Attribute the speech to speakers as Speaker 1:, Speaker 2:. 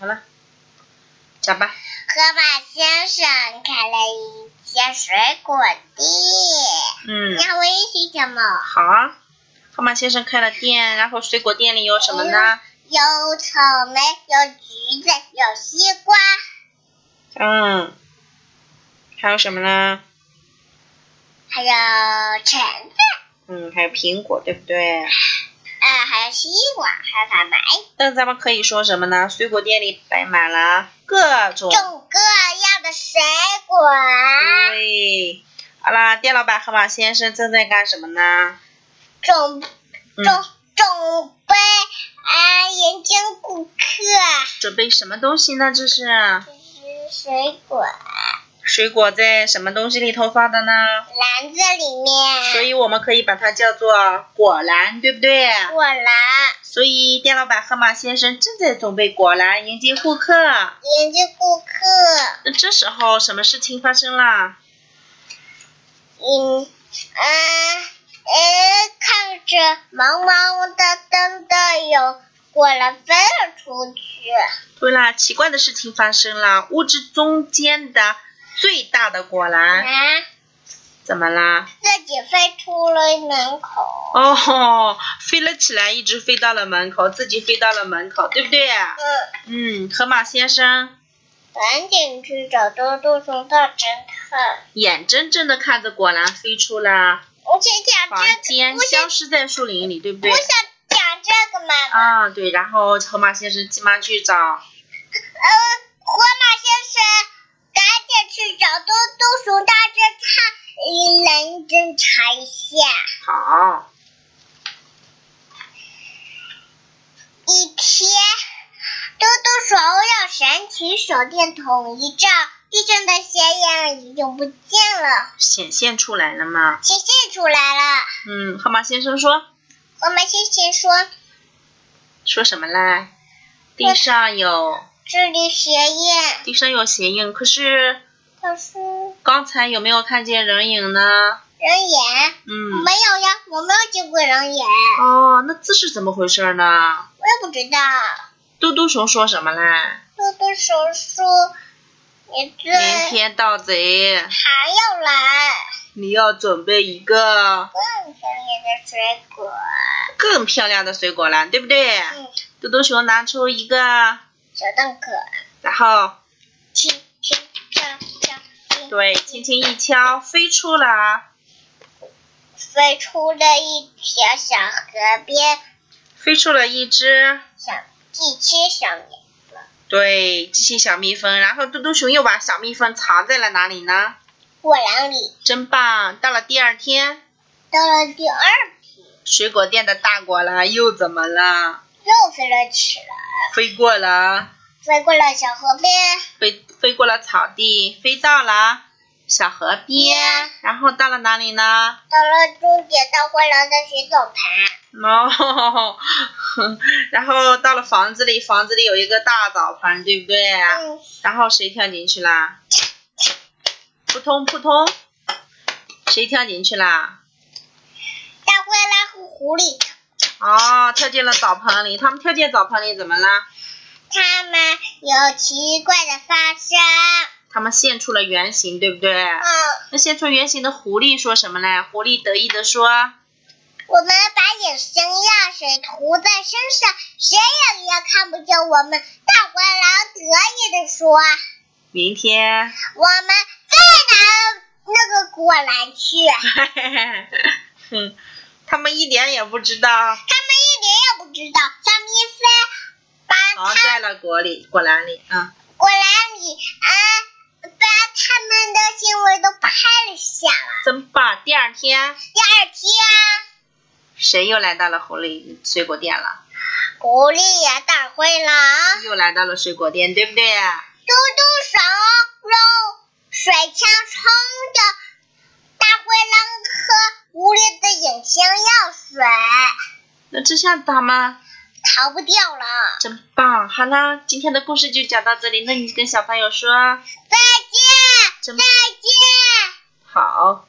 Speaker 1: 好了，讲吧。
Speaker 2: 河马先生开了一家水果店，
Speaker 1: 嗯，
Speaker 2: 你要我一起讲吗？
Speaker 1: 好啊。河马先生开了店，然后水果店里有什么呢？
Speaker 2: 有草莓，有橘子，有西瓜，
Speaker 1: 嗯，还有什么呢？
Speaker 2: 还有橙子，
Speaker 1: 嗯，还有苹果，对不对？
Speaker 2: 呃，还有西瓜，还有草莓，
Speaker 1: 那咱们可以说什么呢？水果店里摆满了各
Speaker 2: 种
Speaker 1: 种
Speaker 2: 各样的水果。
Speaker 1: 对，好啦，店老板河马先生正在干什么呢？
Speaker 2: 准
Speaker 1: 嗯
Speaker 2: 准准备啊，迎接顾客，
Speaker 1: 准备什么东西呢？这是
Speaker 2: 这是水果，
Speaker 1: 水果在什么东西里头放的呢？
Speaker 2: 篮子里
Speaker 1: 所
Speaker 2: 面
Speaker 1: 以我们可以把它叫做果篮，对不对？
Speaker 2: 果篮，
Speaker 1: 所以店老板河马先生正在准备果篮迎接顾客。
Speaker 2: 迎接顾客，
Speaker 1: 那这时候什么事情发生啦？
Speaker 2: 嗯啊哎，看着茫茫的灯的有果篮飞了出去，
Speaker 1: 对啦，奇怪的事情发生了，屋子中间的最大的果篮
Speaker 2: 啊，
Speaker 1: 怎么啦？
Speaker 2: 自己飞出了门口，
Speaker 1: 哦吼，飞了起来，一直飞到了门口，自己飞到了门口，对不对？
Speaker 2: 嗯。
Speaker 1: 嗯，河马先生
Speaker 2: 赶紧去找多多熊大侦探。
Speaker 1: 眼睁睁的看着果篮飞出了
Speaker 2: 我想讲
Speaker 1: 房
Speaker 2: 这个，
Speaker 1: 间，
Speaker 2: 我想
Speaker 1: 消失在树林里，对不对
Speaker 2: 我？想讲这个嘛。
Speaker 1: 啊，对，然后河马先生急忙去找，
Speaker 2: 呃，河马先生，赶紧去找多多熊大侦探，一人侦查一下。
Speaker 1: 好，
Speaker 2: 一天，多多熊用神奇手电筒一照，地上的斜影已经不见了，
Speaker 1: 显现出来了嘛。
Speaker 2: 显现出来了。
Speaker 1: 嗯，河马先生说
Speaker 2: 河马先生说。
Speaker 1: 说什么嘞？地上有
Speaker 2: 这里斜影，
Speaker 1: 地上有鞋印，可是
Speaker 2: 可是
Speaker 1: 刚才有没有看见人影呢？
Speaker 2: 人眼
Speaker 1: 嗯，
Speaker 2: 没有呀，我没有见过人眼，
Speaker 1: 哦，那这是怎么回事呢？
Speaker 2: 我也不知道。
Speaker 1: 嘟嘟熊说什么嘞？
Speaker 2: 多多熊说，你这
Speaker 1: 明天盗贼，
Speaker 2: 还要来
Speaker 1: 你要准备一个
Speaker 2: 更便宜的水果。
Speaker 1: 更漂亮的水果篮，对不对？
Speaker 2: 嗯，
Speaker 1: 嘟嘟熊拿出一个，然
Speaker 2: 小蛋壳，
Speaker 1: 后
Speaker 2: 轻轻敲敲，轻
Speaker 1: 对，轻轻一敲，飞出了，
Speaker 2: 飞出了一条小河边，
Speaker 1: 飞出了一只，
Speaker 2: 小一只小绵羊。
Speaker 1: 对，机器小蜜蜂。然后嘟嘟熊又把小蜜蜂藏在了哪里呢？
Speaker 2: 果篮里。
Speaker 1: 真棒！到了第二天，
Speaker 2: 到了第二天，
Speaker 1: 水果店的大果篮又怎么了？
Speaker 2: 又飞了起来，
Speaker 1: 飞过了，
Speaker 2: 飞过了小河边。
Speaker 1: 飞飞过了草地，飞到了小河边，然后到了哪里呢？
Speaker 2: 到了终点大灰狼的水手盘，
Speaker 1: 哦， 然后到了房子里，房子里有一个大澡盆，对不对？
Speaker 2: 嗯，
Speaker 1: 然后谁跳进去啦？扑通扑通，谁跳进去啦？
Speaker 2: 大灰狼和狐狸，
Speaker 1: 哦，跳进了澡盆里。他们跳进澡盆里怎么啦？
Speaker 2: 他们有奇怪的发生。
Speaker 1: 他们现出了原形，对不对？
Speaker 2: 嗯，
Speaker 1: 那现出原形的狐狸说什么嘞？狐狸得意地说
Speaker 2: 我们把隐形药水涂在身上，谁也也看不见我们。大灰狼得意地说：“我：“
Speaker 1: 明天，
Speaker 2: 们再拿那个果篮去。”他
Speaker 1: 嘿嘿嘿哼，他们一点也不知道
Speaker 2: 们一点也不知道，他们一飞，把他
Speaker 1: 藏在了果里果篮里啊、
Speaker 2: 果篮里啊，把他们的行为都拍了下来。
Speaker 1: 真棒！第二天，
Speaker 2: 第二天，啊
Speaker 1: 谁又来到了狐狸水果店了？
Speaker 2: 狐狸呀、大灰狼、
Speaker 1: 又来到了水果店，对不
Speaker 2: 嘟
Speaker 1: 对？
Speaker 2: 嘟熊用水枪冲着大灰狼和狐狸的隐形药水，
Speaker 1: 那这下他们
Speaker 2: 逃不掉了。
Speaker 1: 真棒！好啦，今天的故事就讲到这里。那你跟小朋友说
Speaker 2: 再见，
Speaker 1: 真
Speaker 2: 再见。
Speaker 1: 好。